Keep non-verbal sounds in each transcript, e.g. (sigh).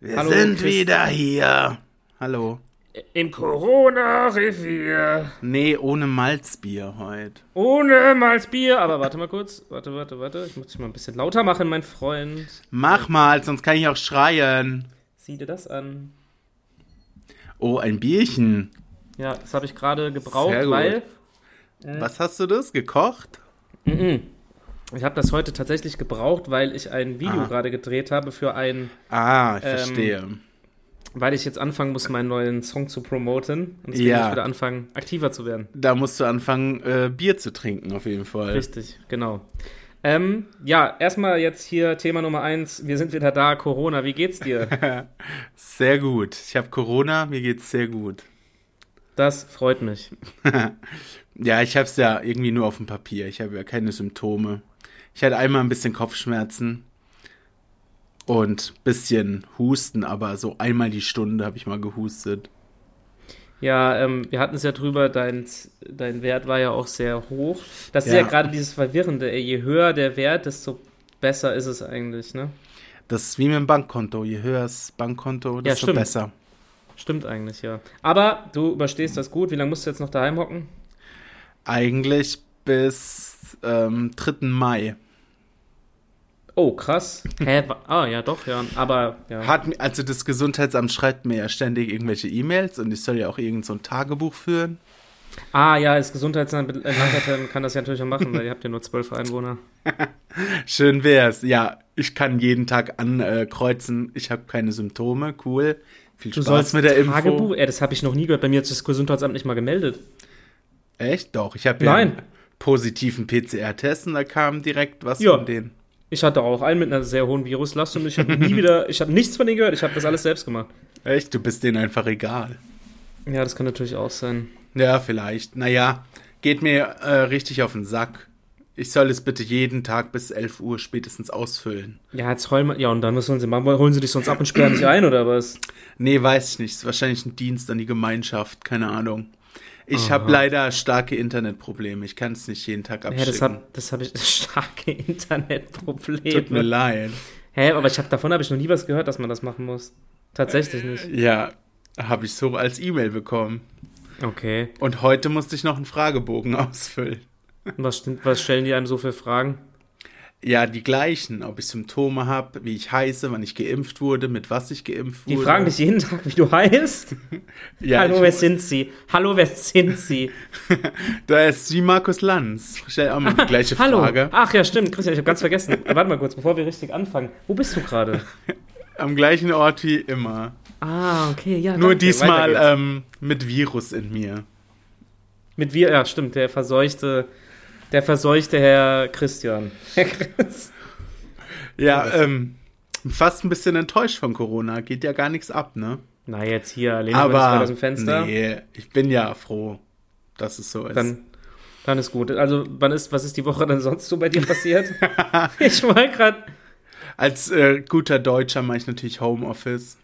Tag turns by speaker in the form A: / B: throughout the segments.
A: Wir
B: Hallo,
A: sind
B: Chris-
A: wieder hier.
B: Hallo.
C: Im Corona-Revier.
B: Nee, ohne Malzbier heute.
C: Ohne Malzbier. Aber warte mal kurz. Warte, warte, warte. Ich muss dich mal ein bisschen lauter machen, mein Freund.
B: Mach mal, sonst kann ich auch schreien.
C: Sieh dir das an.
B: Oh, ein Bierchen.
C: Ja, das habe ich gerade gebraucht,
B: Sehr gut.
C: weil Äh.
B: Was hast du das? Gekocht?
C: Mhm. ich habe das heute tatsächlich gebraucht, weil ich ein Video
B: Ah.
C: gerade gedreht habe für ein,
B: Ah, ich
C: Ähm,
B: verstehe.
C: weil ich jetzt anfangen muss, meinen neuen Song zu promoten. Und deswegen
B: Ja.
C: muss ich wieder anfangen, aktiver zu werden.
B: Da musst du anfangen, äh, Bier zu trinken, auf jeden Fall.
C: Richtig, genau. Ähm, ja, erstmal jetzt hier Thema Nummer eins. Wir sind wieder da, Corona. Wie geht's
B: (laughs)
C: dir?
B: Sehr gut. Ich habe Corona, mir geht's sehr gut.
C: Das freut mich.
B: Ja, ich hab's ja irgendwie nur auf dem Papier. Ich habe ja keine Symptome. Ich hatte einmal ein bisschen Kopfschmerzen und ein bisschen Husten, aber so einmal die Stunde habe ich mal gehustet.
C: Ja, ähm, wir hatten es ja drüber, dein, dein Wert war ja auch sehr hoch. Das ist
B: Ja.
C: ja gerade dieses Verwirrende, ey. Je höher der Wert, desto besser ist es eigentlich, ne?
B: Das ist wie mit dem Bankkonto. Je höher das Bankkonto, desto
C: stimmt.
B: besser.
C: Stimmt eigentlich, ja. Aber du überstehst das gut. Wie lange musst du jetzt noch daheim hocken?
B: Eigentlich bis ähm, 3. Mai.
C: Oh, krass. Hä? wa- Ah, ja, doch, ja. Aber, ja.
B: Hat, mi- also das Gesundheitsamt schreibt mir ja ständig irgendwelche E-Mails und ich soll ja auch irgend so ein Tagebuch führen.
C: Ah, ja, als Gesundheitsamt äh, Landratern (laughs) kann das ja natürlich auch machen, weil ihr habt ja nur zwölf Einwohner.
B: Schön wär's. Ja, ich kann jeden Tag ankreuzen. Ich habe keine Symptome. Cool. Viel
C: Du
B: Spaß
C: sollst
B: mit der
C: Tagebuch?
B: Info.
C: Ey, das habe ich noch nie gehört. Bei mir hat sich das Gesundheitsamt nicht mal gemeldet.
B: Echt? Doch. Ich habe ja
C: Nein.
B: einen positiven PCR-Test und da kam direkt was
C: Ja.
B: von denen.
C: Ich hatte auch einen mit einer sehr hohen Viruslast und ich habe (laughs) nie wieder, ich habe nichts von denen gehört. Ich habe das alles selbst gemacht.
B: Echt? Du bist denen einfach egal.
C: Ja, das kann natürlich auch sein.
B: Ja, vielleicht. Naja, geht mir äh, richtig auf den Sack. Ich soll es bitte jeden Tag bis 11 Uhr spätestens ausfüllen.
C: Ja, jetzt heulen wir. Ja, und dann was sollen sie machen? Holen sie dich sonst ab und sperren dich ein oder was?
B: Nee, weiß ich nicht. Ist wahrscheinlich ein Dienst an die Gemeinschaft. Keine Ahnung. Ich habe leider starke Internetprobleme. Ich kann es nicht jeden Tag abschicken.
C: Ja, das eh hab, das habe ich (laughs) starke
B: Tut mir
C: Internetprobleme.
B: leid.
C: Hä, aber ich habe davon habe ich noch nie was gehört, dass man das machen muss. Tatsächlich
B: Äh.
C: nicht.
B: Ja, habe ich so als E-Mail bekommen.
C: Okay.
B: Und heute musste ich noch einen Fragebogen (laughs) ausfüllen.
C: Und Was stimmt, was stellen die einem so für Fragen?
B: Ja, die gleichen, ob ich Symptome habe, wie ich heiße, wann ich geimpft wurde, mit was ich geimpft
C: Die halt
B: wurde.
C: fragen dich jeden Tag, wie du heißt.
B: (laughs) Ja,
C: Hallo, wer
B: ich,
C: sind sie? Hallo, wer
B: (laughs)
C: sind sie?
B: da ist wie Markus Lanz. Ich stell auch mal die gleiche
C: (laughs) Hallo.
B: Frage.
C: Ach ja, stimmt, Christian, ich habe ganz vergessen. Warte mal kurz, bevor wir richtig anfangen. Wo bist du gerade?
B: (laughs) Am gleichen Ort wie immer.
C: Ah, okay, ja.
B: Nur
C: danke,
B: diesmal
C: weiter geht's.
B: ähm, mit Virus in mir.
C: Mit wir, ja, stimmt, der verseuchte, der verseuchte Herr Christian. Herr Chris.
B: Ja, ähm, fast ein bisschen enttäuscht von Corona. Geht ja gar nichts ab, ne?
C: Na, jetzt hier, lehnen wir uns mal
B: Aber
C: aus dem Fenster.
B: nee, ich bin ja froh, dass es so ist.
C: Dann, dann ist gut. Also, wann ist, was ist die Woche denn sonst so bei dir
B: (laughs)
C: passiert? ich war gerade.
B: Als äh, guter Deutscher mache ich natürlich Homeoffice.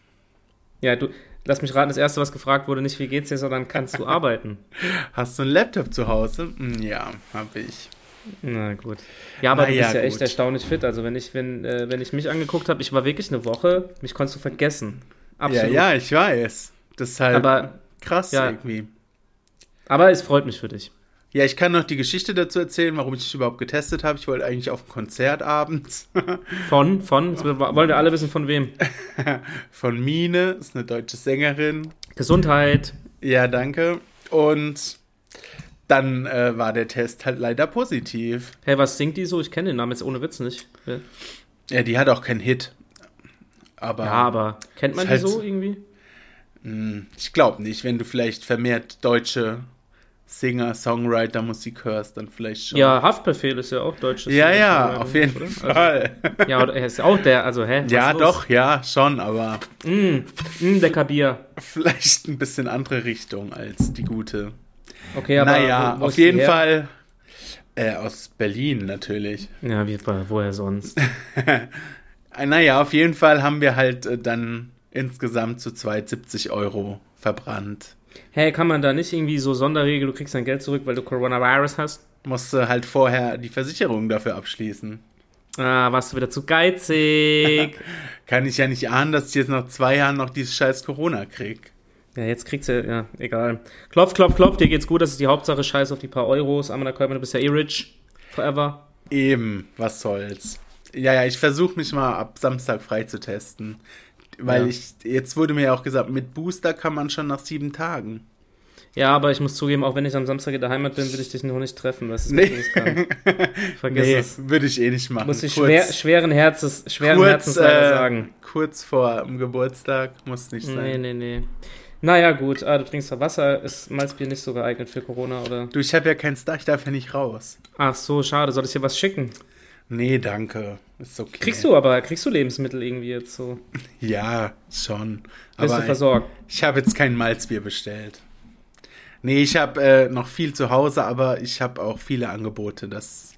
C: Ja, du, lass mich raten, das erste, was gefragt wurde, nicht wie geht's dir, sondern kannst du arbeiten?
B: Hast du einen Laptop zu Hause? Hm, Ja, habe ich.
C: Na gut. Ja, aber
B: Na
C: du bist
B: ja,
C: ja echt
B: gut.
C: erstaunlich fit. Also, wenn ich, wenn, äh, wenn ich mich angeguckt habe, ich war wirklich eine Woche, mich konntest du vergessen. Absolut.
B: Ja, ja, ich weiß. Das ist halt
C: Aber,
B: krass
C: ja.
B: irgendwie.
C: aber es freut mich für dich.
B: Ja, ich kann noch die Geschichte dazu erzählen, warum ich mich überhaupt getestet habe. Ich wollte eigentlich auf ein Konzert abends (laughs)
C: Von, von, jetzt wollen wir alle wissen, von wem.
B: von Mine, ist eine deutsche Sängerin.
C: Gesundheit.
B: Ja, danke. Und dann äh, war der Test halt leider positiv.
C: Hey, was singt die so? Ich kenne den Namen jetzt ohne Witz nicht. Ja,
B: Ja, die hat auch keinen Hit. Aber
C: aber kennt man
B: Ist
C: die
B: halt-
C: so irgendwie?
B: Ich glaube nicht, wenn du vielleicht vermehrt deutsche Singer, Songwriter, Musik hörst, dann vielleicht schon.
C: Ja, Haftbefehl ist ja auch deutsches.
B: ja,
C: Song-
B: ja,
C: Songwriting,
B: auf jeden (laughs)
C: oder?
B: Fall.
C: Also, ja, oder er ist auch der, also hä? was
B: ja,
C: los?
B: doch, ja, schon, aber
C: Mm, der Kabier.
B: vielleicht ein bisschen andere Richtung als die gute.
C: Okay, aber
B: naja,
C: wo- wo
B: auf
C: ist die
B: jeden
C: her?
B: Fall äh, aus Berlin natürlich.
C: Ja, wie, woher sonst? (laughs)
B: Äh, Naja, auf jeden Fall haben wir halt äh, dann insgesamt zu 270 Euro verbrannt.
C: Hey, kann man da nicht irgendwie so Sonderregel, du kriegst dein Geld zurück, weil du Coronavirus hast?
B: Musste halt vorher die Versicherung dafür abschließen.
C: Ah, warst du wieder zu geizig.
B: (laughs) Kann ich ja nicht ahnen, dass ich jetzt nach zwei Jahren noch dieses scheiß Corona krieg.
C: Ja, jetzt kriegst du, ja, egal. Klopf, klopf, klopf, dir geht's gut, das ist die Hauptsache, scheiß auf die paar Euros. Amanda Kolben, du bist ja eh rich. Forever.
B: Eben, was soll's. Ja, ja, ich versuche mich mal ab Samstag frei zu testen. Weil
C: Ja.
B: ich, jetzt wurde mir ja auch gesagt, mit Booster kann man schon nach sieben Tagen.
C: Ja, aber ich muss zugeben, auch wenn ich am Samstag in der Heimat bin, will ich dich noch nicht treffen. Das ist
B: Nee. (laughs)
C: riskant. (laughs) Vergiss
B: Nee,
C: es.
B: würde ich eh nicht machen.
C: Muss ich
B: Kurz-
C: schwer, schweren Herzens, schweren
B: kurz,
C: Herzens leider sagen.
B: äh, kurz vor dem Geburtstag, muss nicht sein.
C: Nee, nee, nee. Naja, gut, ah, du trinkst ja Wasser. Ist Malzbier nicht so geeignet für Corona, oder?
B: Du, ich habe ja kein Star, ich darf ja nicht raus.
C: Ach so, schade. Soll ich dir was schicken?
B: Nee, danke. Ist okay.
C: Kriegst du aber, kriegst du Lebensmittel irgendwie jetzt so?
B: Ja, schon.
C: Bist
B: Aber
C: du versorgt?
B: ich habe jetzt kein Malzbier bestellt. Nee, ich habe äh, noch viel zu Hause, aber ich habe auch viele Angebote, dass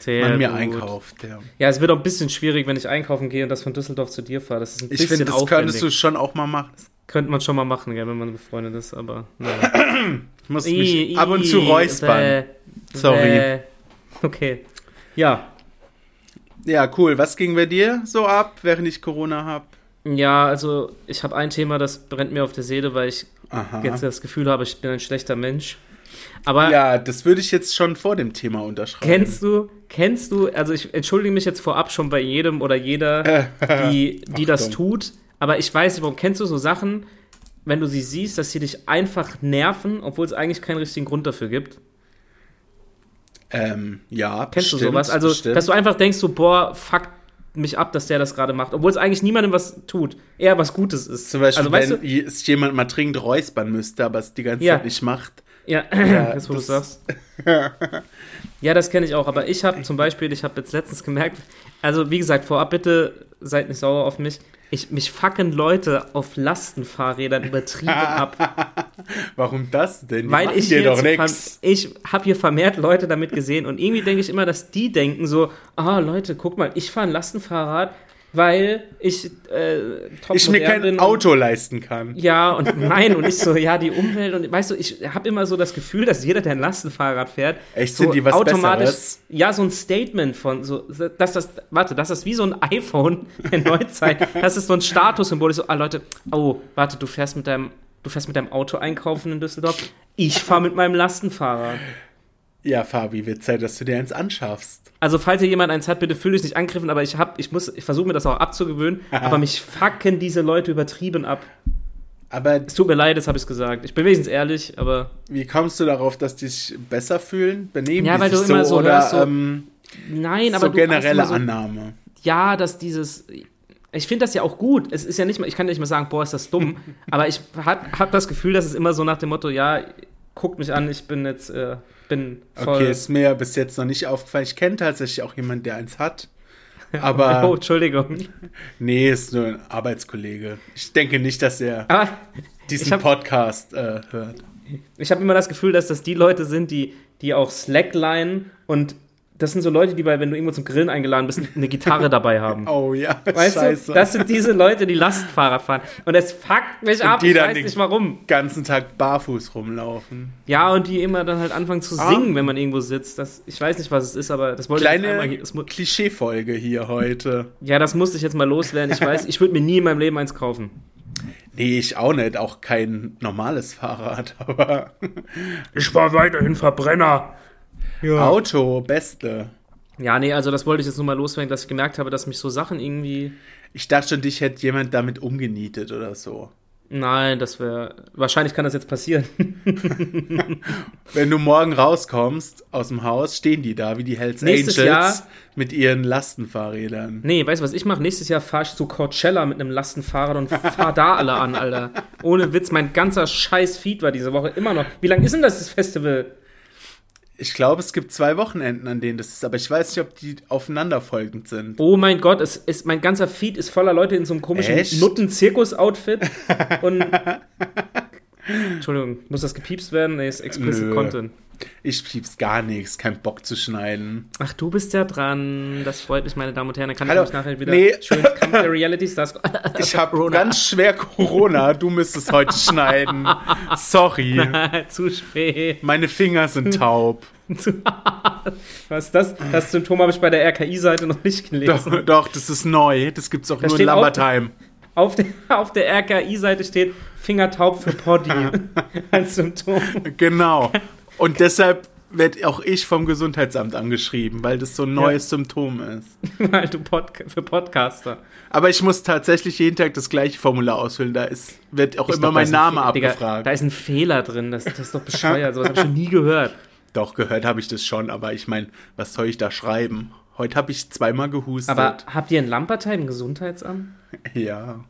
C: Sehr
B: man mir
C: gut.
B: einkauft. Ja.
C: Ja, es wird auch ein bisschen schwierig, wenn ich einkaufen gehe und das von Düsseldorf zu dir fahre. Das ist ein
B: Ich
C: bisschen
B: finde, das
C: aufwendig.
B: könntest du schon auch mal machen.
C: Könnte man schon mal machen, gell, wenn man befreundet ist, aber naja.
B: Ich muss
C: Ih,
B: mich ab und zu
C: ih,
B: räuspern.
C: bäh,
B: Sorry.
C: bäh. Okay. Ja.
B: Ja, cool. Was ging bei dir so ab, während ich Corona habe?
C: Ja, also ich habe ein Thema, das brennt mir auf der Seele, weil ich
B: Aha.
C: jetzt das Gefühl habe, ich bin ein schlechter Mensch. Aber
B: Ja, das würde ich jetzt schon vor dem Thema unterschreiben.
C: Kennst du, kennst du, also ich entschuldige mich jetzt vorab schon bei jedem
B: (laughs)
C: oder jeder, die, die das
B: Achtung.
C: tut, aber ich weiß nicht, warum kennst du so Sachen, wenn du sie siehst, dass sie dich einfach nerven, obwohl es eigentlich keinen richtigen Grund dafür gibt?
B: Ähm, ja,
C: Kennst
B: bestimmt,
C: du sowas? Also,
B: bestimmt.
C: dass du einfach denkst, so, boah, fuck mich ab, dass der das gerade macht, obwohl es eigentlich niemandem was tut, eher was Gutes ist.
B: Zum Beispiel,
C: also, weißt
B: wenn
C: du,
B: es jemand mal dringend räuspern müsste, aber es die ganze
C: Ja.
B: Zeit nicht macht. äh,
C: ja, (laughs) jetzt wo du
B: das-
C: sagst. Ja, das kenne ich auch, aber ich habe zum Beispiel, ich habe jetzt letztens gemerkt, also wie gesagt, vorab bitte seid nicht sauer auf mich. Ich, mich fucken Leute auf
B: (laughs)
C: Lastenfahrrädern übertrieben ab,
B: Warum das denn? Die
C: weil
B: machen
C: ich
B: dir
C: hier
B: doch
C: zu ver-
B: nichts.
C: ich habe hier vermehrt Leute damit gesehen und irgendwie denke ich immer, dass die denken so, ah Leute, guck mal, ich fahre ein Lastenfahrrad, weil ich äh, top
B: Ich mir
C: modern bin
B: kein
C: und-
B: Auto leisten kann.
C: ja und nein und ich so, ja, die Umwelt und weißt du, ich habe immer so das Gefühl, dass jeder, der ein Lastenfahrrad fährt,
B: Echt,
C: so
B: sind die was
C: automatisch,
B: Besseres?
C: ja, so ein Statement von so, dass das, warte, dass das wie so ein iPhone (laughs) der Neuzeit, das ist so ein Statussymbol, ist so, ah Leute, oh, warte, du fährst mit deinem, du fährst mit deinem Auto einkaufen in Düsseldorf, ich fahre mit meinem Lastenfahrrad.
B: Ja, Fabi, wird Zeit, dass du dir eins anschaffst.
C: Also, falls hier jemand eins hat, bitte fühle dich nicht angegriffen, aber ich hab, ich muss, ich versuche mir das auch
B: (laughs)
C: abzugewöhnen, aber mich fucken diese Leute übertrieben ab.
B: Aber
C: Es tut mir leid, das habe ich gesagt. Ich bin wenigstens ehrlich, aber
B: wie kommst du darauf, dass die sich besser fühlen? Benehmen
C: Ja,
B: die
C: weil
B: sich
C: du immer so
B: oder
C: hörst, so-
B: ähm,
C: nein, aber
B: so
C: du weißt immer
B: generelle
C: so,
B: Annahme?
C: ja, dass dieses. Ich finde das ja auch gut. Es ist ja nicht mal, ich kann nicht mal sagen, boah, ist das
B: (laughs)
C: dumm. aber ich habe hab das Gefühl, dass es immer so nach dem Motto, ja, guckt mich an, ich bin jetzt, äh, bin voll.
B: Okay,
C: (laughs)
B: ist mir ja bis jetzt noch nicht aufgefallen. Ich kenne tatsächlich auch jemanden, der eins
C: (laughs)
B: hat. Aber
C: oh, Entschuldigung.
B: nee, ist nur ein Arbeitskollege. Ich denke nicht, dass er
C: Aber ich
B: diesen
C: hab-
B: Podcast äh, hört.
C: ich habe immer das Gefühl, dass das die Leute sind, die, die auch Slackline und das sind so Leute, die bei, wenn du irgendwo zum Grillen eingeladen bist, eine
B: (laughs)
C: Gitarre dabei haben.
B: Oh ja, (laughs)
C: Weißt
B: scheiße.
C: du, das sind diese Leute, die Lastfahrer fahren. Und es fuckt mich ab.
B: die
C: Ich
B: dann
C: weiß
B: den-
C: nicht warum.
B: ganzen Tag barfuß rumlaufen.
C: Ja, und die immer dann halt anfangen zu
B: Ah.
C: singen, wenn man irgendwo sitzt. Das, ich weiß nicht, was es ist, aber das wollte ich jetzt einmal,
B: Kleine
C: hier- das, mu-
B: Klischeefolge hier heute.
C: Ja, das musste ich jetzt mal
B: (laughs)
C: loswerden. Ich weiß, ich würde mir nie in meinem Leben eins kaufen.
B: Nee, ich auch nicht, auch kein normales Fahrrad, (laughs) aber
A: Ich war weiterhin Verbrenner.
B: Auto, beste.
C: Ja, nee, also das wollte ich jetzt nur mal loswerden, dass ich gemerkt habe, dass mich so Sachen irgendwie.
B: Ich dachte schon, dich hätte jemand damit umgenietet oder so.
C: Nein, das wäre. Wahrscheinlich kann das jetzt passieren. (laughs)
B: Wenn du morgen rauskommst aus dem Haus, stehen die da wie die Hells
C: Nächstes
B: Angels
C: Jahr-
B: mit ihren Lastenfahrrädern.
C: Nee, weißt du, was ich mache? Nächstes Jahr fahre ich zu Coachella mit einem
B: (laughs)
C: Lastenfahrrad und fahr da alle an, Alter. Ohne Witz, mein ganzer scheiß Feed war diese Woche immer noch. Wie lang ist denn das, das Festival?
B: Ich glaube, es gibt zwei Wochenenden, an denen das ist, aber ich weiß nicht, ob die aufeinanderfolgend sind.
C: Oh mein Gott, es ist, mein ganzer Feed ist voller Leute in so einem komischen
B: Echt? (laughs)
C: Nutten-Zirkus-Outfit. Und. Entschuldigung, muss das gepiepst werden? Nee, ist explicit
B: Nö.
C: Content.
B: Ich piep's gar nichts, kein Bock zu
C: (laughs)
B: schneiden.
C: Ach, du bist ja dran. Das freut mich, meine Damen und Herren. Dann kann
B: Hallo.
C: ich mich nachher wieder
B: Nee.
C: schön Kampf der Reality Stars. (laughs)
B: Ich habe ganz schwer Corona, du müsstest
C: (laughs)
B: heute schneiden. Sorry,
C: Zu spät.
B: meine Finger sind
C: (laughs)
B: taub.
C: Was ist das? Das Symptom habe ich bei der RKI-Seite noch nicht gelesen.
B: Doch, doch, das ist neu, das gibt's auch nur in
C: steht auch-
B: Lambertheim.
C: Auf der, auf der RKI-Seite steht Fingertaub
B: (laughs)
C: für Poddy als Symptom. (laughs)
B: Genau. Und deshalb werde auch ich vom Gesundheitsamt angeschrieben, weil das so ein neues Symptom ist.
C: Weil du Podca für Podcaster.
B: Aber ich muss tatsächlich jeden Tag das gleiche Formular ausfüllen. Da ist, wird auch immer mein Name
C: Digga, da
B: abgefragt.
C: ist ein Fehler drin. Das, das ist doch bescheuert. Sowas habe ich schon nie gehört.
B: Doch, gehört habe ich das schon, aber ich meine, was soll ich da schreiben? Heute habe ich zweimal gehustet.
C: Aber habt ihr in Lampertheim ein Gesundheitsamt?
B: ja.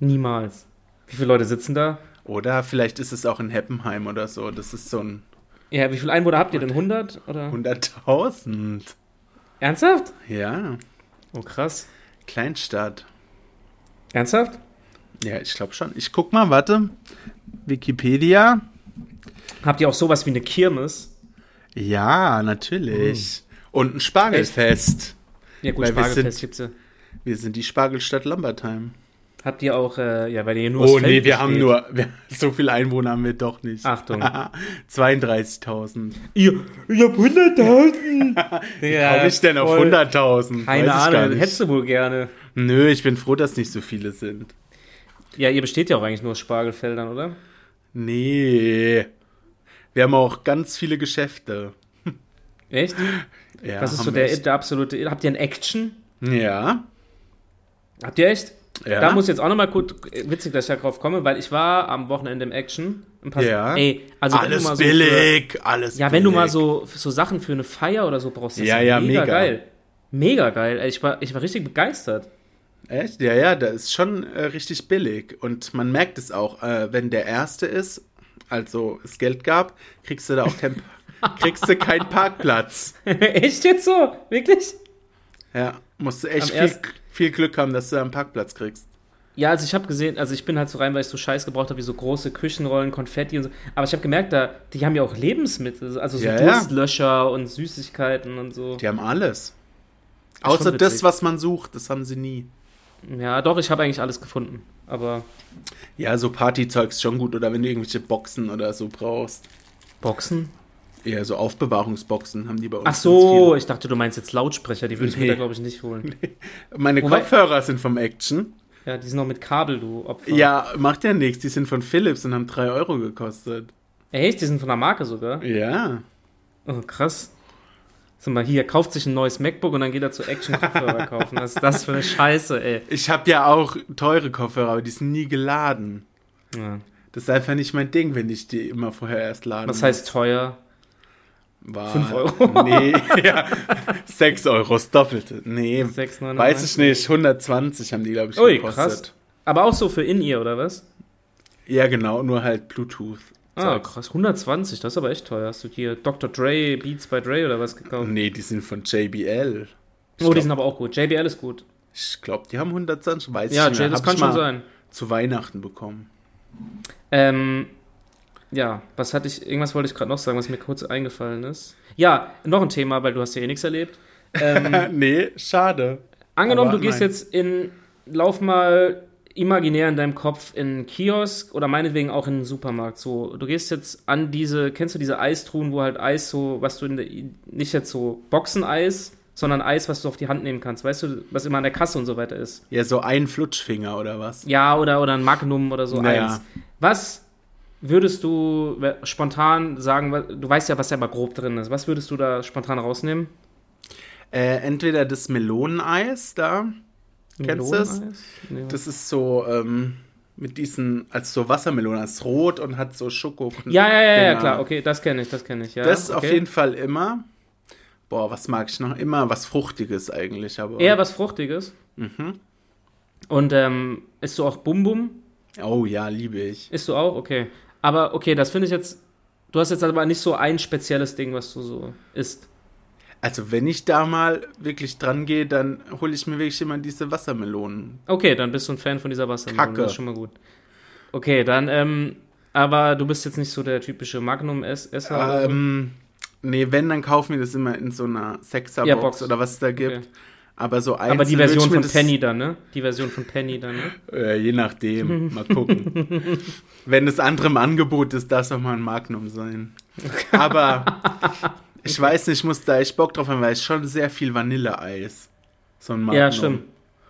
C: Niemals. Wie viele Leute sitzen da?
B: Oder vielleicht ist es auch in Heppenheim oder so. Das ist so ein
C: Ja, wie viele Einwohner habt ihr denn? 100? Oder?
B: 100.000.
C: Ernsthaft?
B: Ja,
C: Oh, krass.
B: Kleinstadt.
C: Ernsthaft?
B: Ja, ich glaube schon. Ich guck mal, warte. Wikipedia.
C: Habt ihr auch sowas wie eine Kirmes?
B: Ja,
C: Hm.
B: natürlich. Und ein Spargelfest.
C: Ja, gut,
B: Weil wir
C: Spargelfest gibt's ja.
B: Wir sind die Spargelstadt Lambertheim.
C: Habt ihr auch, äh, ja, weil ihr nur
B: Oh
C: das Feld
B: nee, wir haben
C: besteht.
B: nur (laughs) wir, so viele Einwohner haben wir doch nicht. (laughs)
C: Achtung.
B: 32.000.
C: Ihr, ich hab 100.000!
B: Ja, Komme ich denn auf 100.000?
C: Keine
B: Weiß ich gar
C: Ahnung,
B: nicht.
C: hättest du wohl gerne.
B: Nö, ich bin froh, dass nicht so viele sind.
C: Ja, ihr besteht ja auch eigentlich nur aus Spargelfeldern, oder?
B: Nee. Wir haben auch ganz viele Geschäfte.
C: Echt?
B: Ja,
C: Was ist
B: haben
C: so
B: wir
C: der,
B: echt.
C: der absolute. Habt ihr ein Action?
B: Ja.
C: Habt ihr echt?
B: Ja.
C: Da muss ich jetzt auch nochmal kurz, witzig, dass ich da drauf komme, weil ich war am Wochenende im Action. Ein paar
B: Ja.
C: Ey, also wenn du
B: alles
C: mal so
B: billig, alles
C: Für, ja, wenn du mal
B: billig.
C: so, so Sachen für eine Feier oder so brauchst, das
B: Ja,
C: ist
B: ja,
C: mega,
B: mega.
C: geil. Mega geil. Ey, Ich war, ich war richtig begeistert. (laughs)
B: Echt? Ja, ja, da ist schon äh, richtig billig. Und man merkt es auch, äh, wenn der Erste ist, also es Geld gab, kriegst du da auch
C: (laughs)
B: Temp kriegst du keinen Parkplatz.
C: echt jetzt so? Wirklich?
B: Ja, musst du echt
C: Am
B: viel,
C: erst-
B: viel Glück haben, dass du da einen Parkplatz kriegst.
C: Ja, also ich habe gesehen, also ich bin halt so rein, weil ich so Scheiß gebraucht habe, wie so große Küchenrollen, Konfetti und so. Aber ich habe gemerkt, da, die haben ja auch Lebensmittel, also so
B: Ja, ja.
C: Durstlöscher und Süßigkeiten und so.
B: Die haben alles.
C: schon
B: Außer das,
C: witzig.
B: was man sucht, das haben sie nie.
C: Ja, doch, ich habe eigentlich alles gefunden. Aber
B: Ja, so Partyzeug ist schon gut oder wenn du irgendwelche Boxen oder so brauchst.
C: Boxen?
B: Ja, so Aufbewahrungsboxen haben die bei uns.
C: Ach
B: ganz
C: so,
B: viel.
C: ich dachte, du meinst jetzt Lautsprecher, die würde ich
B: Nee.
C: mir da, glaube ich, nicht holen.
B: Meine
C: Wobei-
B: Kopfhörer sind vom Action.
C: Ja, die sind noch mit Kabel, du Opfer.
B: Ja, macht ja nichts. Die sind von Philips und haben 3 Euro gekostet.
C: Echt? Die sind von der Marke sogar?
B: Ja.
C: Oh, krass. Sag mal, hier, kauft sich ein neues MacBook und dann geht er zu
B: (laughs)
C: Action-Kopfhörer kaufen. Was ist das für eine Scheiße, ey?
B: Ich habe ja auch teure Kopfhörer, aber die sind nie geladen.
C: Ja.
B: Das ist einfach nicht mein Ding, wenn ich die immer vorher erst lade.
C: Was heißt teuer?
B: War,
C: 5 Euro?
B: Nee, (laughs) ja. 6 Euro, das Doppelte. Nee,
C: 6,99.
B: weiß ich nicht. 120 haben die, glaube ich,
C: Ui,
B: gekostet.
C: krass. Aber auch so für in-ear, oder was?
B: Ja, genau, nur halt Bluetooth.
C: Ah, krass. 120, das ist aber echt teuer. Hast du hier Dr. Dre, Beats by Dre oder was gekauft?
B: Nee, die sind von JBL. Hm, Ich
C: Oh,
B: glaub-
C: die sind aber auch gut. JBL ist gut.
B: Ich glaube, die haben 120, weiß
C: Ja,
B: ich nicht. mehr.
C: Jay, das
B: Hab
C: kann
B: ich
C: schon
B: mal
C: sein.
B: Zu Weihnachten bekommen.
C: Ähm, ja, was hatte ich, irgendwas wollte ich gerade noch sagen, was mir kurz eingefallen ist. Ja, noch ein Thema, weil du hast ja eh nichts erlebt. Ähm,
B: (laughs)
C: Mhm.
B: nee, schade.
C: Angenommen,
B: Aber
C: du gehst
B: nein.
C: jetzt in, lauf mal imaginär in deinem Kopf in einen Kiosk oder meinetwegen auch in einen Supermarkt. So, du gehst jetzt an diese, kennst du diese Eistruhen, wo halt Eis so, was du in der, nicht jetzt so Boxeneis, sondern Eis, was du auf die Hand nehmen kannst. Weißt du, was immer an der Kasse und so weiter ist.
B: Ja, so ein Flutschfinger oder was?
C: Ja, oder, oder ein Magnum oder so
B: Naja.
C: eins. Was würdest du we- spontan sagen, wa- du weißt ja, was da immer grob drin ist. Was würdest du da spontan rausnehmen?
B: Äh, entweder das Meloneneis da, Kennst du das?
C: Meloneneis? Nee,
B: das ist so ähm, mit diesen, als so Wassermelone, ist rot und hat so Schoko.
C: ja, ja, ja, ja,
B: Genau.
C: klar, okay, das kenne ich, das kenne ich. Ja,
B: Das
C: okay.
B: auf jeden Fall immer. Boah, was mag ich noch? Immer was Fruchtiges eigentlich, aber.
C: Eher was Fruchtiges.
B: Mhm.
C: Und ähm, isst du auch Bum-Bum?
B: oh ja, liebe ich.
C: Isst du auch? Okay. Aber okay, das finde ich jetzt. Du hast jetzt aber nicht so ein spezielles Ding, was du so isst.
B: Also, wenn ich da mal wirklich dran gehe, dann hole ich mir wirklich immer diese Wassermelonen.
C: Okay, dann bist du ein Fan von dieser Wassermelone.
B: Kacke.
C: Das ist schon mal gut. Okay, dann, ähm, aber du bist jetzt nicht so der typische Magnum-Esser.
B: Ähm, Nee, wenn, dann kaufen wir das immer in so einer Sechserbox
C: Ja, Box.
B: oder was es da gibt.
C: Okay.
B: Aber so einzeln
C: Aber die
B: würd ich
C: Version
B: mir
C: von
B: das-
C: Penny dann, ne? Die Version von Penny dann, ne?
B: Äh, je
C: (laughs)
B: nachdem, mal gucken. Wenn es anderem Angebot ist, darf es auch mal ein Magnum sein.
C: (laughs)
B: Aber ich weiß nicht, ich muss da echt Bock drauf haben, weil es schon sehr viel Vanilleeis. So ein Magnum.
C: Ja, stimmt.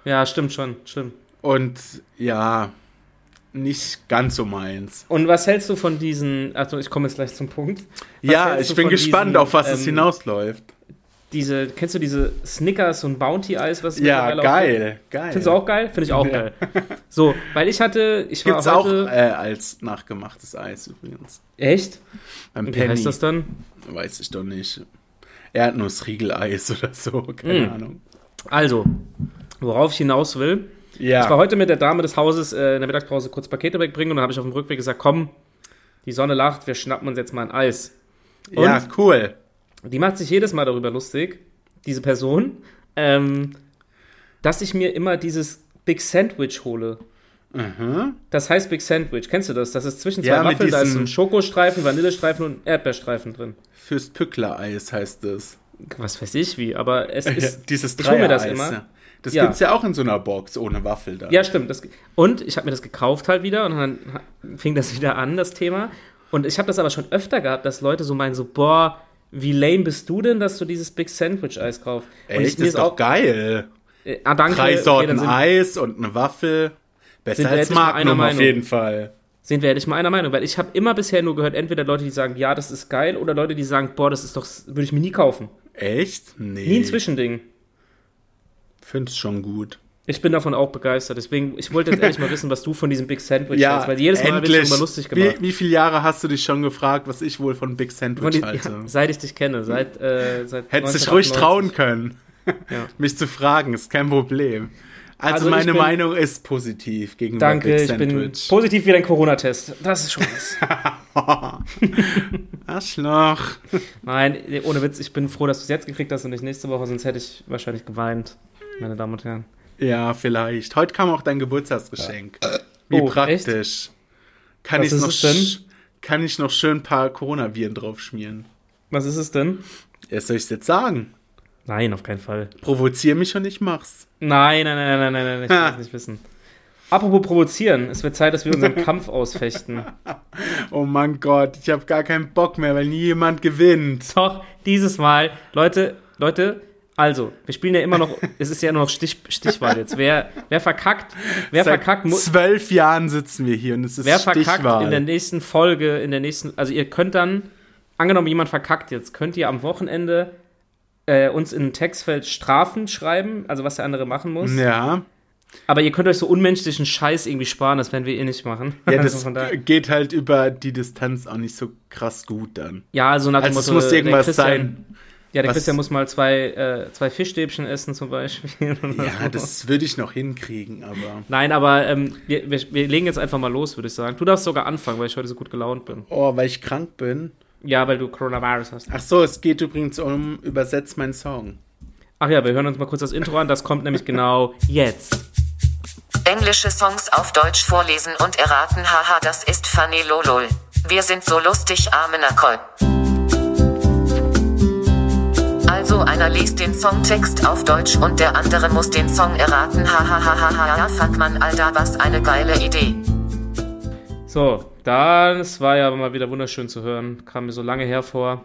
C: Ja, stimmt schon, stimmt.
B: Und ja, nicht ganz so meins.
C: Und was hältst du von diesen, also ich komme jetzt gleich zum Punkt. Was
B: ja,
C: hältst
B: ich
C: du
B: bin
C: von
B: gespannt,
C: diesen,
B: auf was es
C: ähm,
B: hinausläuft.
C: Diese, kennst du diese Snickers und Bounty-Eis, was es
B: Ja,
C: mittlerweile auch gibt?
B: geil, geil.
C: Findest du auch geil? Finde ich auch
B: Ja.
C: geil. So, weil ich hatte, ich war
B: Gibt's auch
C: heute...
B: äh, als nachgemachtes Eis übrigens.
C: echt?
B: Beim
C: Und wie
B: Penny.
C: heißt das dann?
B: Weiß ich doch nicht. Erdnussriegeleis (laughs) oder so, keine
C: Mm.
B: Ahnung.
C: Also, worauf ich hinaus will,
B: Ja.
C: ich war heute mit der Dame des Hauses äh, in der Mittagspause kurz Pakete wegbringen und dann habe ich auf dem Rückweg gesagt, komm, die Sonne lacht, wir schnappen uns jetzt mal ein Eis. Und?
B: Ja, cool.
C: Die macht sich jedes Mal darüber lustig, diese Person, ähm, dass ich mir immer dieses Big Sandwich hole. Das heißt Big Sandwich. Kennst du das? Das ist zwischen zwei
B: Ja, mit
C: Waffeln, da ist
B: diesem-
C: ein Schokostreifen, Vanillestreifen und Erdbeerstreifen drin.
B: Fürst Pückler-Eis heißt es.
C: Was weiß ich wie, aber (laughs) es ist.
B: Ja, dieses
C: ich hole mir das
B: Dreier-Eis,
C: immer.
B: Ja. Das
C: Ja.
B: gibt's ja auch in so einer Box ohne Waffel da.
C: Ja, stimmt. Das, und ich habe mir das gekauft halt wieder und dann ha- fing das (laughs) wieder an, das Thema. Und ich habe das aber schon öfter gehabt, dass Leute so meinen, so, boah, wie lame bist du denn, dass du dieses Big Sandwich-Eis kaufst? Und ich
B: Echt, das ist auch geil.
C: Äh, ah, danke.
B: Drei
C: Okay,
B: Sorten
C: dann sind,
B: Eis und eine Waffel. Besser
C: Sind wir
B: als
C: endlich mal einer
B: Magnum auf
C: Meinung.
B: jeden Fall.
C: sind wir ehrlich mal einer Meinung, weil ich habe immer bisher nur gehört, entweder Leute, die sagen, ja, das ist geil, oder Leute, die sagen, boah, das ist doch, würde ich mir nie kaufen.
B: Echt? Nee.
C: Nie ein Zwischending.
B: Find's schon gut.
C: Ich bin davon auch begeistert. Deswegen, ich wollte jetzt ehrlich mal wissen, was du von diesem Big Sandwich
B: Ja,
C: hältst, weil jedes Mal wird
B: endlich.
C: darüber lustig gemacht.
B: Wie, wie viele Jahre hast du dich schon gefragt, was ich wohl von Big
C: Von
B: Sandwich
C: die,
B: halte?
C: ja, seit ich dich kenne, seit, äh, seit
B: Hättest dich ruhig
C: 1998.
B: trauen können,
C: Ja.
B: (laughs) mich zu fragen, ist kein Problem. Also,
C: Also ich
B: meine
C: bin-
B: Meinung ist positiv gegenüber
C: Danke,
B: Big
C: ich bin
B: Sandwich.
C: positiv wie dein Corona-Test. Das ist schon was.
B: Arschloch.
C: (laughs) Nein, ohne Witz, ich bin froh, dass du es jetzt gekriegt hast und nicht nächste Woche, sonst hätte ich wahrscheinlich geweint, meine Damen und Herren.
B: Ja, vielleicht. Heute kam auch dein Geburtstagsgeschenk. Wie
C: Oh,
B: praktisch. Kann
C: Was
B: ich,
C: ist
B: noch
C: es denn?
B: sch- kann ich noch schön ein paar Coronaviren draufschmieren?
C: Was ist es denn?
B: Ja, soll ich es jetzt sagen?
C: Nein, auf keinen Fall.
B: Provozier mich und ich mach's.
C: Nein, nein, nein, nein, nein, nein, (laughs) ich will
B: Ha.
C: das nicht wissen. Apropos provozieren, es wird Zeit, dass wir (laughs) unseren Kampf ausfechten.
B: Oh mein Gott, ich habe gar keinen Bock mehr, weil nie jemand gewinnt.
C: Doch, dieses Mal. Leute, Leute, also, wir spielen ja immer noch, (laughs) es ist ja nur noch Stich, Stichwahl jetzt. Wer, wer verkackt, wer
B: Seit
C: verkackt, mu-
B: zwölf Jahren sitzen wir hier und es ist
C: Wer verkackt
B: Stichwahl.
C: in der nächsten Folge, in der nächsten, also ihr könnt dann, angenommen jemand verkackt jetzt, könnt ihr am Wochenende äh, uns in ein Textfeld Strafen schreiben, also was der andere machen muss.
B: ja.
C: Aber ihr könnt euch so unmenschlichen Scheiß irgendwie sparen, das werden wir eh nicht machen.
B: Ja,
C: Also
B: das
C: von daher-
B: geht halt über die Distanz auch nicht so krass gut dann.
C: ja, also nach dem
B: Also es
C: Motto,
B: muss
C: der
B: irgendwas
C: Christian-
B: sein.
C: Ja, der
B: was-
C: Christian muss mal zwei, äh, zwei Fischstäbchen essen zum Beispiel. (laughs) oder
B: Ja,
C: so.
B: das würde ich noch hinkriegen, aber.
C: Nein, aber ähm, wir, wir, wir legen jetzt einfach mal los, würde ich sagen. Du darfst sogar anfangen, weil ich heute so gut gelaunt bin.
B: Oh, weil ich krank bin.
C: Ja, weil du Coronavirus hast.
B: Ach so, es geht übrigens um Übersetz meinen Song.
C: Ach ja, wir hören uns mal kurz das Intro an. Das kommt nämlich genau jetzt.
D: Englische Songs auf Deutsch vorlesen und erraten. Haha, das ist funny lolol. Wir sind so lustig, Amenakol. Also einer liest den Songtext auf Deutsch und der andere muss den Song erraten. Hahaha, fuck man, Alter, was eine geile Idee.
C: So, das war ja mal wieder wunderschön zu hören. Kam mir so lange hervor.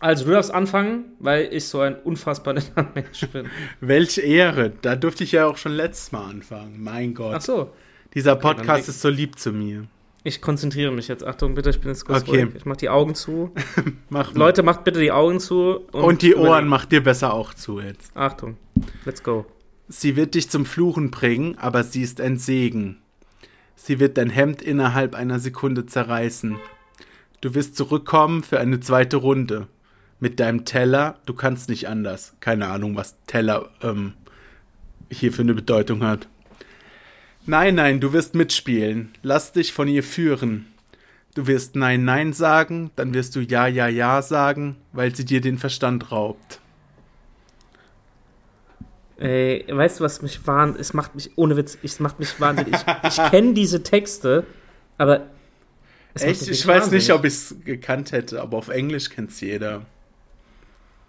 C: Also, du darfst anfangen, weil ich so ein unfassbar netter (laughs) Mensch bin.
B: Welch Ehre. Da durfte ich ja auch schon letztes Mal anfangen. Mein Gott.
C: Ach so,
B: Dieser
C: dann
B: Podcast
C: leg-
B: ist so lieb zu mir.
C: ich konzentriere mich jetzt. Achtung, bitte, ich bin jetzt kurz
B: Okay.
C: ruhig. Ich mach die Augen zu.
B: Mach mal.
C: Leute, macht bitte die Augen zu.
B: Und die Ohren
C: überlegt.
B: mach dir besser auch zu jetzt.
C: Achtung, let's go.
B: Sie wird dich zum Fluchen bringen, aber sie ist ein Segen. Sie wird dein Hemd innerhalb einer Sekunde zerreißen. Du wirst zurückkommen für eine zweite Runde. Mit deinem Teller, du kannst nicht anders. Keine Ahnung, was Teller ähm, hier für eine Bedeutung hat. Nein, nein, du wirst mitspielen. Lass dich von ihr führen. Du wirst Nein, Nein sagen, dann wirst du Ja, Ja, Ja sagen, weil sie dir den Verstand raubt.
C: Ey, Äh, weißt du, was mich wahnsinnig.
B: (laughs)
C: Es macht mich, ohne Witz, es macht mich wahnsinnig. Ich, ich kenne diese Texte, aber Es macht
B: Echt?
C: mich
B: Ich weiß
C: wahnsinnig.
B: nicht, ob ich es gekannt hätte, aber auf Englisch kennt es jeder.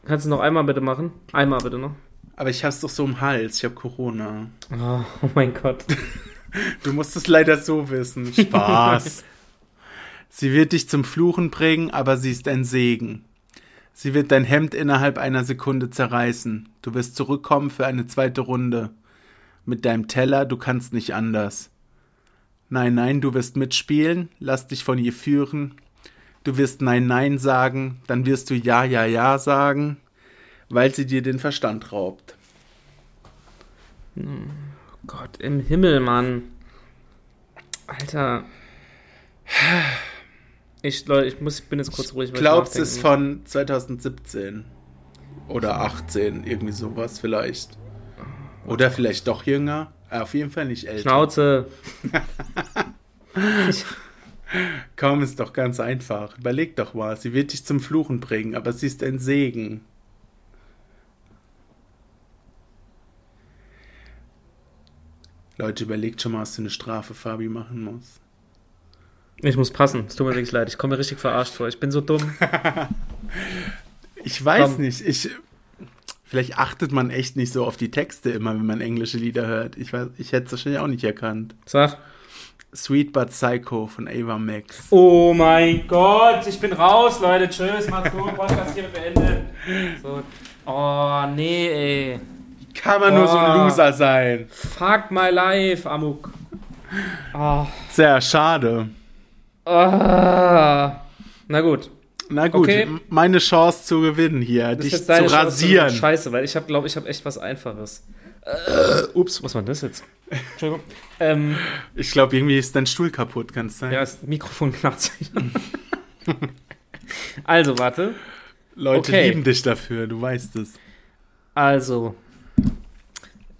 C: Kannst du noch einmal bitte machen? Einmal bitte noch.
B: Aber ich hab's doch so im Hals, ich hab Corona. Ah,
C: Oh, oh mein Gott.
B: Du musst es leider so wissen. (laughs) Spaß. sie wird dich zum Fluchen bringen, aber sie ist ein Segen. Sie wird dein Hemd innerhalb einer Sekunde zerreißen. Du wirst zurückkommen für eine zweite Runde. Mit deinem Teller, du kannst nicht anders. Nein, nein, du wirst mitspielen, lass dich von ihr führen. Du wirst Nein, nein sagen, dann wirst du Ja, ja, ja sagen, weil sie dir den Verstand raubt.
C: Gott im Himmel, Mann. Alter. Ich, Leute, ich, muss, ich bin jetzt kurz ruhig. weil ich
B: Glaubst es ist
C: nachdenken
B: von 2017 oder 18, irgendwie sowas vielleicht. Oder vielleicht doch jünger. Äh, Auf jeden Fall nicht
C: muss.
B: älter.
C: Schnauze.
B: Kaum ist doch ganz einfach. Überleg doch mal, sie wird dich zum Fluchen bringen, aber sie ist ein Segen. Leute, überlegt schon mal, was für eine Strafe Fabi machen muss.
C: Ich muss passen. Es tut mir wirklich leid. Ich komme mir richtig verarscht vor. Ich bin so dumm.
B: Ich weiß
C: Komm.
B: nicht, ich. Vielleicht achtet man echt nicht so auf die Texte immer, wenn man englische Lieder hört. Ich, weiß, ich hätte es wahrscheinlich auch nicht erkannt.
C: Sag.
B: Sweet But Psycho von Ava Max.
C: Oh mein Gott. Ich bin raus, Leute. Tschüss. Macht's gut. Podcast hier beendet. So. Oh, nee, ey.
B: Kann man nur so ein
C: Boah.
B: Loser sein.
C: Fuck my life, Amok. Ah.
B: Sehr schade.
C: Ah. Na gut.
B: Na gut,
C: Okay.
B: m- meine Chance zu gewinnen hier,
C: Das ist
B: dich
C: jetzt
B: zu
C: deine Chance,
B: rasieren.
C: Scheiße, weil ich habe, glaube ich, habe echt was Einfaches. Äh, ups, was war denn das jetzt? Entschuldigung. Ähm,
B: Ich glaube, irgendwie ist dein Stuhl kaputt, kann es sein?
C: ja, das Mikrofon knarrt. (laughs) also, warte.
B: Leute
C: okay.
B: lieben dich dafür, du weißt es.
C: Also.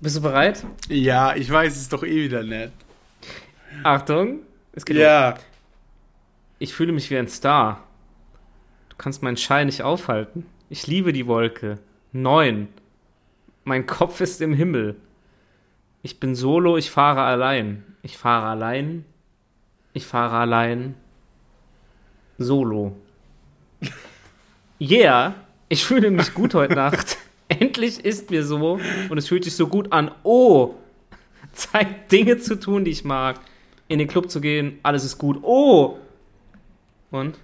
C: Bist du bereit?
B: Ja, ich weiß es doch eh wieder nicht.
C: Achtung. Es geht los.
B: Ja,
C: Ich fühle mich wie ein Star. Du kannst meinen Schein nicht aufhalten. Ich liebe die Wolke. Neun. Mein Kopf ist im Himmel. Ich bin solo, ich fahre allein. Ich fahre allein. Ich fahre allein. Solo. (laughs) Yeah, ich fühle mich gut heute Nacht. (laughs) Endlich ist mir so und es fühlt sich so gut an. Oh, Zeit, Dinge zu tun, die ich mag. In den Club zu gehen, alles ist gut. Oh, und?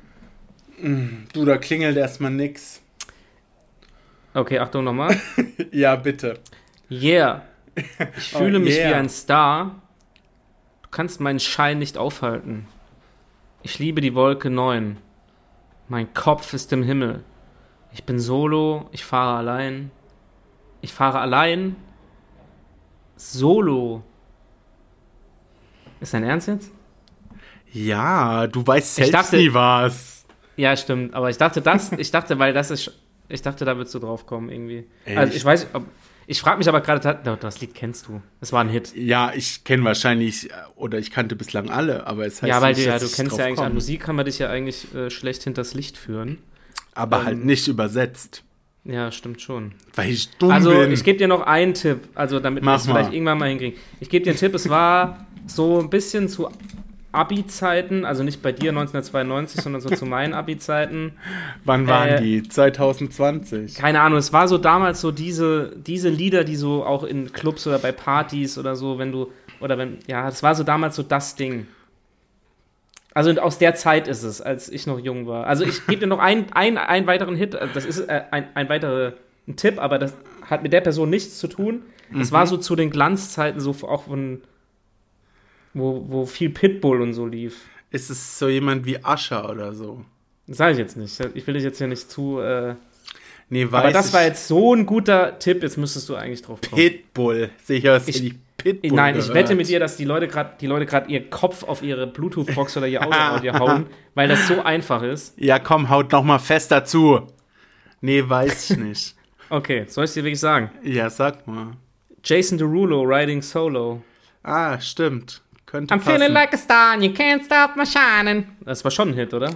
B: du, da klingelt erstmal nix.
C: Okay, Achtung nochmal.
B: Ja, bitte.
C: Yeah. Ich fühle mich
B: yeah.
C: wie ein Star. Du kannst meinen Schein nicht aufhalten. Ich liebe die Wolke 9. Mein Kopf ist im Himmel. Ich bin solo, ich fahre allein. Ich fahre allein. Solo. Ist dein Ernst jetzt?
B: Ja, du weißt
C: Ich
B: selbst
C: dachte-
B: nie was.
C: Ja, stimmt. Aber ich dachte, das, ich dachte, weil das ist, ich dachte, da würdest du drauf kommen irgendwie. Also ich
B: Echt?
C: weiß, ob, ich frage mich aber gerade, ta- das Lied kennst du. Das war ein Hit.
B: Ja, ich kenne wahrscheinlich, äh, oder ich kannte bislang alle, aber es heißt
C: Ja, weil
B: nicht,
C: du, ja,
B: dass
C: du
B: ich
C: kennst
B: drauf
C: ja eigentlich, an
B: komm.
C: Musik kann man dich ja eigentlich äh, schlecht hinters Licht führen.
B: Aber
C: Ähm,
B: halt nicht übersetzt.
C: Ja, stimmt schon.
B: Weil ich dumm
C: also,
B: bin.
C: ich gebe dir noch einen Tipp, also damit wir
B: Mach
C: es vielleicht
B: mal.
C: irgendwann mal hinkriegen. Ich gebe dir einen Tipp, es war so ein bisschen zu Abi-Zeiten, also nicht bei dir 1992, sondern so zu meinen Abi-Zeiten.
B: Wann waren
C: äh,
B: die? 2020.
C: Keine Ahnung, es war so damals so diese, diese Lieder, die so auch in Clubs oder bei Partys oder so, wenn du, oder wenn, ja, es war so damals so das Ding. Also aus der Zeit ist es, als ich noch jung war. Also ich gebe dir noch einen, einen, einen weiteren Hit, also das ist äh, ein, ein weiterer Tipp, aber das hat mit der Person nichts zu tun.
B: Mhm.
C: Es war so zu den Glanzzeiten, so auch von, wo, wo viel Pitbull und so lief.
B: Ist es so jemand wie Ascher oder so?
C: Das sage ich jetzt nicht. Ich will dich jetzt hier nicht zu. Äh,
B: Nee, weiß
C: aber das
B: ich.
C: war jetzt so ein guter Tipp, jetzt müsstest du eigentlich drauf kommen.
B: Pitbull. Sicher ist
C: Ich-
B: die Pitbull.
C: Nein, ich
B: gehört.
C: wette mit dir, dass die Leute gerade die Leute gerade ihr Kopf auf ihre Bluetooth-Box oder ihr Audio
B: (laughs)
C: hauen, weil das so einfach ist.
B: Ja, komm, haut noch mal fest dazu. Nee, weiß ich
C: (laughs)
B: nicht.
C: Okay, soll ich dir wirklich sagen?
B: ja, sag mal.
C: Jason Derulo riding solo.
B: Ah, stimmt. Könnte
C: I'm
B: passen.
C: feeling like a star and you can't stop my shining. Das war schon ein Hit, oder?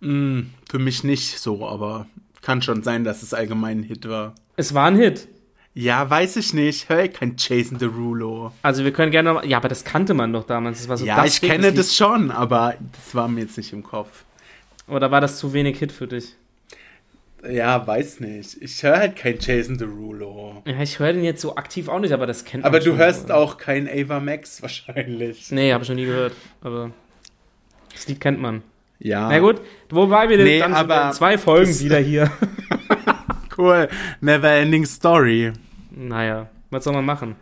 B: Für mich nicht so, aber kann schon sein, dass es allgemein ein Hit war.
C: Es war ein Hit.
B: Ja, weiß ich nicht. Hör ich kein Jason Derulo.
C: Also wir können gerne noch, Ja, aber das kannte man doch damals. Das war so
B: Ja,
C: das
B: ich
C: dickes
B: kenne
C: Lied.
B: das schon, aber das war mir jetzt nicht im Kopf.
C: Oder war das zu wenig Hit für dich?
B: Ja, weiß nicht. Ich höre halt kein Jason Derulo.
C: Ja, ich höre den jetzt so aktiv auch nicht, aber das kennt
B: Aber
C: man
B: du
C: schon,
B: hörst
C: oder?
B: auch kein Ava Max (laughs) wahrscheinlich.
C: Nee, habe ich noch nie gehört. Aber das Lied kennt man.
B: Ja.
C: Na gut, wobei wir den
B: Ah. Nee,
C: dann sind
B: aber
C: wir in zwei Folgen
B: das-
C: wieder hier.
B: Cool. Never Ending Story.
C: naja, was soll man machen?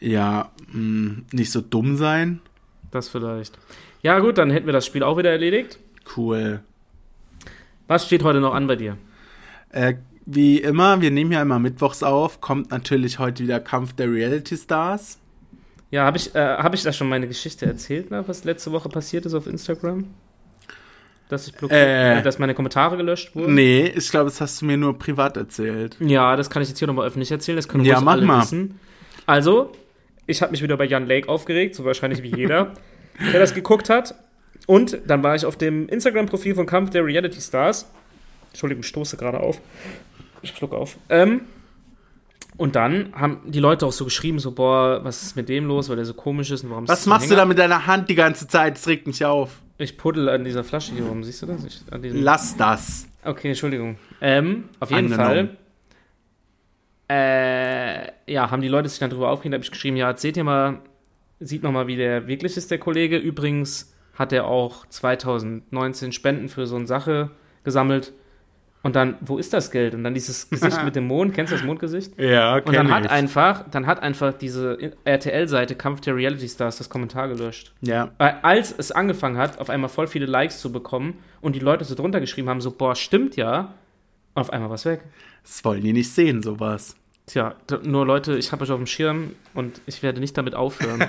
B: Ja, mh, nicht so dumm sein.
C: Das vielleicht. Ja gut, dann hätten wir das Spiel auch wieder erledigt.
B: Cool.
C: Was steht heute noch an bei dir?
B: Äh, wie immer, wir nehmen ja immer mittwochs auf, kommt natürlich heute wieder Kampf der Reality Stars.
C: Ja, habe ich, äh, hab ich da schon meine Geschichte erzählt, ne, was letzte Woche passiert ist auf Instagram? Dass ich blockiert,
B: Äh.
C: äh, dass meine Kommentare gelöscht wurden?
B: Nee, ich glaube, das hast du mir nur privat erzählt.
C: Ja, das kann ich jetzt hier nochmal öffentlich erzählen, das können
B: Ja,
C: ruhig
B: mach
C: alle
B: mal.
C: wissen. Also, ich habe mich wieder bei Jan Lake aufgeregt, so wahrscheinlich wie jeder,
B: (laughs)
C: der das geguckt hat. Und dann war ich auf dem Instagram-Profil von Kampf der Reality Stars. Entschuldigung, ich stoße gerade auf. Ich schlucke auf. Ähm, und dann haben die Leute auch so geschrieben, so, boah, was ist mit dem los, weil der so komisch ist und warum ist das
B: Was
C: so ein
B: machst du
C: Hänger?
B: da mit deiner Hand die ganze Zeit? Das regt mich auf.
C: Ich puddel an dieser Flasche hier rum, siehst du das? Ich, an diesem
B: Lass das.
C: Okay, Entschuldigung. Ähm, auf jeden
B: Angenommen.
C: Fall. Äh, ja, haben die Leute sich dann drüber aufgeregt, habe ich geschrieben, ja, erzählt ihr mal, sieht nochmal, wie der wirklich ist, der Kollege. Übrigens hat er auch 2019 Spenden für so eine Sache gesammelt. Und dann, wo ist das Geld? Und dann dieses Gesicht mit dem Mond, kennst du das Mondgesicht?
B: Ja,
C: Und dann hat einfach, dann hat einfach diese RTL-Seite Kampf der Reality Stars das Kommentar gelöscht.
B: Ja.
C: Weil als es angefangen hat, auf einmal voll viele Likes zu bekommen und die Leute so drunter geschrieben haben, so, boah, stimmt ja. Und auf einmal war es weg.
B: Das wollen die nicht sehen, sowas.
C: Tja, d- nur Leute, ich habe euch auf dem Schirm und ich werde nicht damit aufhören.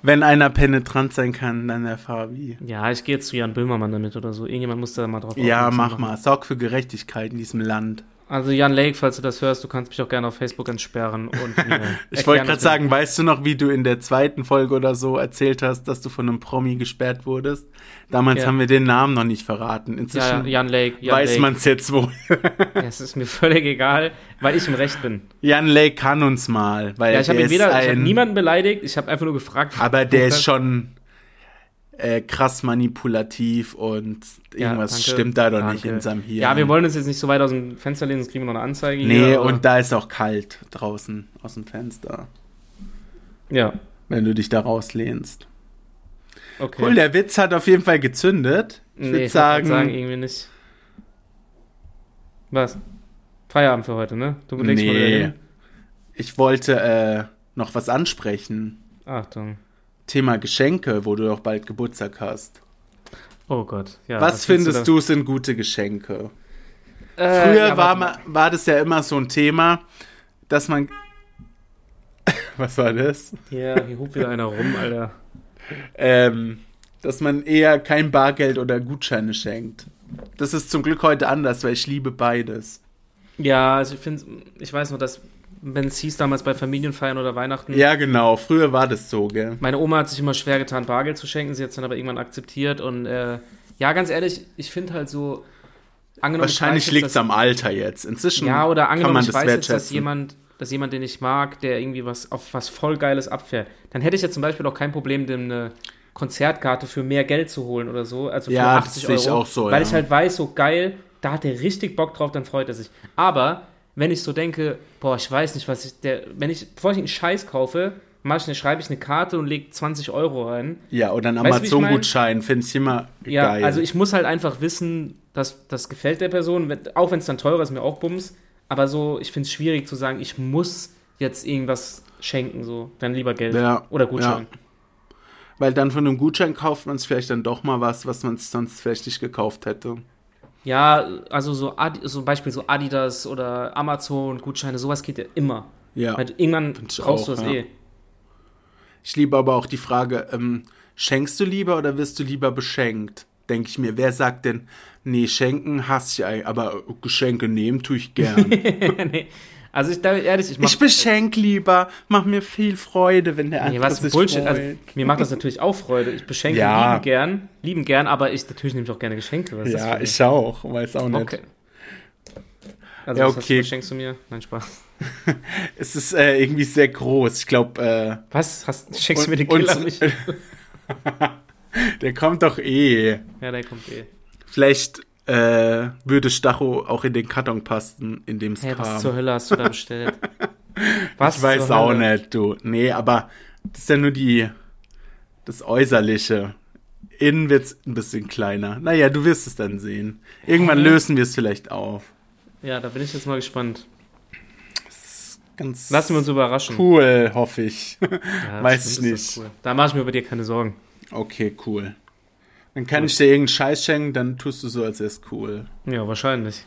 B: Wenn einer penetrant sein kann, dann der Fabi.
C: (laughs) ja, ich gehe jetzt zu Jan Böhmermann damit oder so. Irgendjemand muss da mal drauf
B: Ja,
C: aufmerksam
B: mach
C: machen.
B: mal. Sorg für Gerechtigkeit in diesem Land.
C: Also Jan Lake, falls du das hörst, du kannst mich auch gerne auf Facebook entsperren und mir
B: (laughs) Ich wollte
C: erklären,
B: gerade
C: was mit-
B: sagen, weißt du noch, wie du in der zweiten Folge oder so erzählt hast, dass du von einem Promi gesperrt wurdest? Damals
C: Ja.
B: haben wir den Namen noch nicht verraten.
C: Ja, ja,
B: Inzwischen
C: Jan Lake, Jan
B: weiß
C: Lake.
B: man es jetzt wohl. (laughs)
C: Ja, (laughs) Es ist mir völlig egal, weil ich im Recht bin.
B: Jan Lake kann uns mal, weil
C: Ja, ich habe
B: der
C: ihn
B: ist
C: weder, ich hab
B: ein,
C: niemanden beleidigt, ich habe einfach nur gefragt.
B: aber
C: wo
B: der
C: das-
B: ist schon äh, krass manipulativ und
C: Ja,
B: irgendwas
C: danke,
B: stimmt da doch
C: danke.
B: nicht in seinem Hirn.
C: Ja, wir wollen uns jetzt nicht so weit aus dem Fenster lehnen, sonst kriegen wir noch eine Anzeige.
B: Nee,
C: hier, aber-
B: und da ist auch kalt draußen aus dem Fenster,
C: Ja,
B: wenn du dich da rauslehnst.
C: okay.
B: Cool, der Witz hat auf jeden Fall gezündet. Ich
C: Nee,
B: würde
C: ich würd
B: sagen,
C: grad sagen, irgendwie nicht. Was? Feierabend für heute, ne? Du legst mal wieder
B: Nee.
C: hin.
B: Ich wollte äh, noch was ansprechen.
C: Achtung.
B: Thema Geschenke, wo du auch bald Geburtstag hast.
C: Oh Gott. Ja,
B: was findest du sind gute Geschenke?
C: da? Äh,
B: Früher
C: ja,
B: war,
C: warte mal.
B: ma- war das ja immer so ein Thema, dass man. (laughs) was war das?
C: Ja, hier hupt wieder einer rum, Alter.
B: (laughs) Ähm, dass man eher kein Bargeld oder Gutscheine schenkt. Das ist zum Glück heute anders, weil ich liebe beides.
C: Ja, also ich finde, ich weiß noch, dass, wenn es hieß damals bei Familienfeiern oder Weihnachten,
B: Ja, genau. Früher war das so, gell?
C: Meine Oma hat sich immer schwer getan, Bargeld zu schenken. Sie hat es dann aber irgendwann akzeptiert. Und äh, ja, ganz ehrlich, ich finde halt so, angenommen,
B: Wahrscheinlich
C: ich weiß
B: liegt
C: jetzt,
B: es am Alter jetzt. Inzwischen
C: dass, Ja, oder
B: kann
C: angenommen,
B: man
C: ich
B: das
C: weiß jetzt,
B: wertschätzen.
C: dass jemand, dass jemand, den ich mag, der irgendwie was auf was voll Geiles abfährt, dann hätte ich jetzt zum Beispiel auch kein Problem, dem eine Konzertkarte für mehr Geld zu holen oder so. Also für
B: Ja, das
C: 80
B: sehe
C: Euro.
B: ich auch so,
C: weil
B: ja.
C: ich halt weiß, so geil, da hat er richtig Bock drauf, dann freut er sich. Aber wenn ich so denke, boah, ich weiß nicht, was ich, der, wenn ich, bevor ich einen Scheiß kaufe, mach ich, eine- schreibe ich eine Karte und lege 20 Euro rein.
B: Ja, oder ein
C: Weißt du, wie ich mein?
B: Amazon-Gutschein finde ich immer
C: Ja,
B: geil.
C: also ich muss halt einfach wissen, dass das gefällt der Person, wenn, auch wenn es dann teurer ist, mir auch bums. Aber so, ich finde es schwierig zu sagen, ich muss jetzt irgendwas schenken, so. Dann lieber Geld
B: Ja,
C: oder Gutschein.
B: Weil dann von einem Gutschein kauft man es vielleicht dann doch mal was, was man sonst vielleicht nicht gekauft hätte.
C: Ja, also so, Adi so zum Beispiel so Adidas oder Amazon, Gutscheine, sowas geht ja immer.
B: Ja.
C: Weil irgendwann
B: ich
C: brauchst
B: auch,
C: du das
B: ja.
C: eh. (laughs)
B: Ich liebe aber auch die Frage, ähm, schenkst du lieber oder wirst du lieber beschenkt? Denke ich mir, wer sagt denn, nee, schenken hasse ich, ei- aber Geschenke nehmen tue ich gern.
C: (laughs) nee. Also ich da ehrlich, ich mach.
B: ich beschenk lieber, mach mir viel Freude, wenn der andere
C: nee, was für
B: sich
C: Bullshit.
B: freut.
C: Also, mir macht das natürlich auch Freude. Ich beschenke
B: Ja.
C: lieben gern, lieben gern, aber ich natürlich nehme ich auch gerne Geschenke. Was ist das für
B: ja,
C: eine-
B: ich auch, weiß auch nicht.
C: Okay. Also,
B: Ja,
C: was hast
B: okay.
C: du- was schenkst du mir? Nein, Spaß.
B: Es ist äh, irgendwie sehr groß. Ich glaube,
C: Was? Hast,
B: äh,
C: schenkst du mir den
B: uns-
C: Killer nicht?
B: der kommt doch eh.
C: (laughs) Ja, der kommt eh.
B: Vielleicht äh, würde Stacho auch in den Karton passen, in dem es
C: Hey, was zur
B: kam.
C: Hölle hast du (laughs) da bestellt? Was
B: Ich weiß
C: zur
B: auch
C: Hölle?
B: nicht, du. Nee, aber das ist ja nur die das Äußerliche. Innen wird's ein bisschen kleiner. Naja, du wirst es dann sehen. Irgendwann lösen wir es vielleicht auf.
C: Ja, da bin ich jetzt mal gespannt.
B: Ganz
C: Lassen wir uns überraschen.
B: cool, hoffe ich. (laughs)
C: Ja,
B: Weiß
C: bestimmt
B: ich
C: ist das
B: nicht.
C: cool. Da mache ich mir über dir keine Sorgen.
B: Okay, cool. Dann kann ich dir irgendeinen Scheiß schenken, dann tust du so, als wär's cool.
C: Ja, (laughs) wahrscheinlich.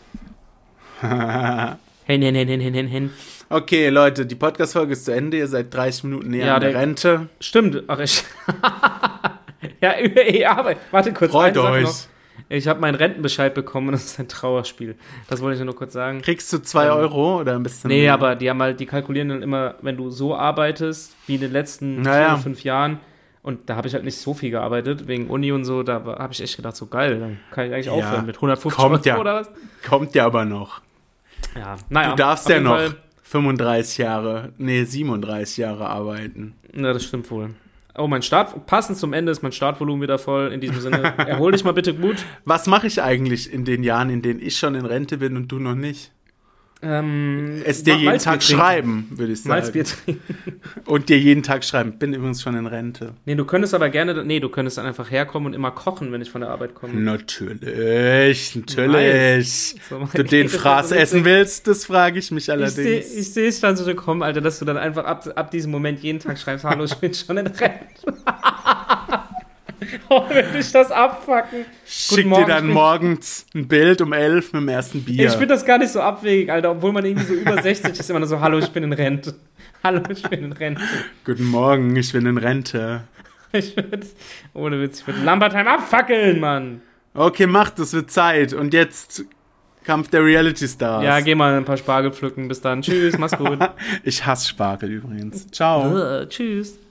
C: Hen, hen, hen, hen, hen, hen, hen.
B: Okay, Leute, die Podcast-Folge ist zu Ende. Ihr seid 30 Minuten näher
C: Ja,
B: an der
C: der-
B: Rente.
C: Stimmt, ach ich. (laughs) ja, ey, aber warte kurz.
B: Freut
C: eine Sache
B: euch.
C: noch. Ich habe meinen Rentenbescheid bekommen und das ist ein Trauerspiel. Das wollte ich nur kurz sagen.
B: Kriegst du 2 Euro oder ein bisschen
C: Ähm, Nee,
B: mehr?
C: aber die haben halt, die kalkulieren dann immer, wenn du so arbeitest, wie in den letzten
B: Naja.
C: vier, fünf Jahren. Und da habe ich halt nicht so viel gearbeitet, wegen Uni und so, da habe ich echt gedacht, so geil, dann kann ich eigentlich
B: Ja,
C: aufhören mit 150
B: kommt
C: Euro
B: ja.
C: oder was?
B: Kommt ja aber noch.
C: Ja, naja.
B: Du darfst
C: auf
B: ja
C: jeden
B: noch
C: Fall-
B: 35 Jahre, nee, 37 Jahre arbeiten.
C: Na, das stimmt wohl. Oh, mein Start, passend zum Ende ist mein Startvolumen wieder voll. In diesem
B: (laughs)
C: Sinne, erhol dich mal bitte gut.
B: Was mache ich eigentlich in den Jahren, in denen ich schon in Rente bin und du noch nicht?
C: Ähm,
B: Es dir
C: Ma-
B: jeden
C: Malzbier
B: Tag
C: trinken.
B: schreiben, würde ich
C: Malzbier
B: sagen.
C: trinken.
B: Und dir jeden Tag schreiben. Bin übrigens schon in Rente.
C: Nee, du könntest aber gerne, nee, du könntest dann einfach herkommen und immer kochen, wenn ich von der Arbeit komme.
B: Natürlich, natürlich.
C: So, (laughs) mein
B: Ob du den
C: Gott, das
B: Fraß
C: ist so
B: essen
C: witzig.
B: willst, das frage ich mich
C: Ich sehe
B: allerdings.
C: ich es dann so kommen, Alter, dass du dann einfach ab, ab diesem Moment jeden Tag schreibst, hallo, ich bin schon in Rente. (laughs) oh, wenn dich das abfacken.
B: Schick
C: Guten Morgen,
B: dir dann
C: ich bin-
B: morgens ein Bild um elf mit dem ersten Bier.
C: Ich finde das gar nicht so abwegig, Alter, obwohl man irgendwie so über 60 ist, immer nur so, hallo, ich bin in Rente. (laughs) Hallo, ich bin in Rente.
B: Guten Morgen, ich bin in Rente.
C: Ich würde, ohne Witz, ich würde Lambertheim abfackeln, Mann.
B: Okay, macht es, wird Zeit. Und jetzt Kampf der Reality Stars.
C: Ja, geh mal
B: (laughs)
C: ein paar Spargel pflücken. Bis dann. Tschüss, mach's gut.
B: Ich hasse Spargel übrigens. Ciao.
C: Äh, Tschüss.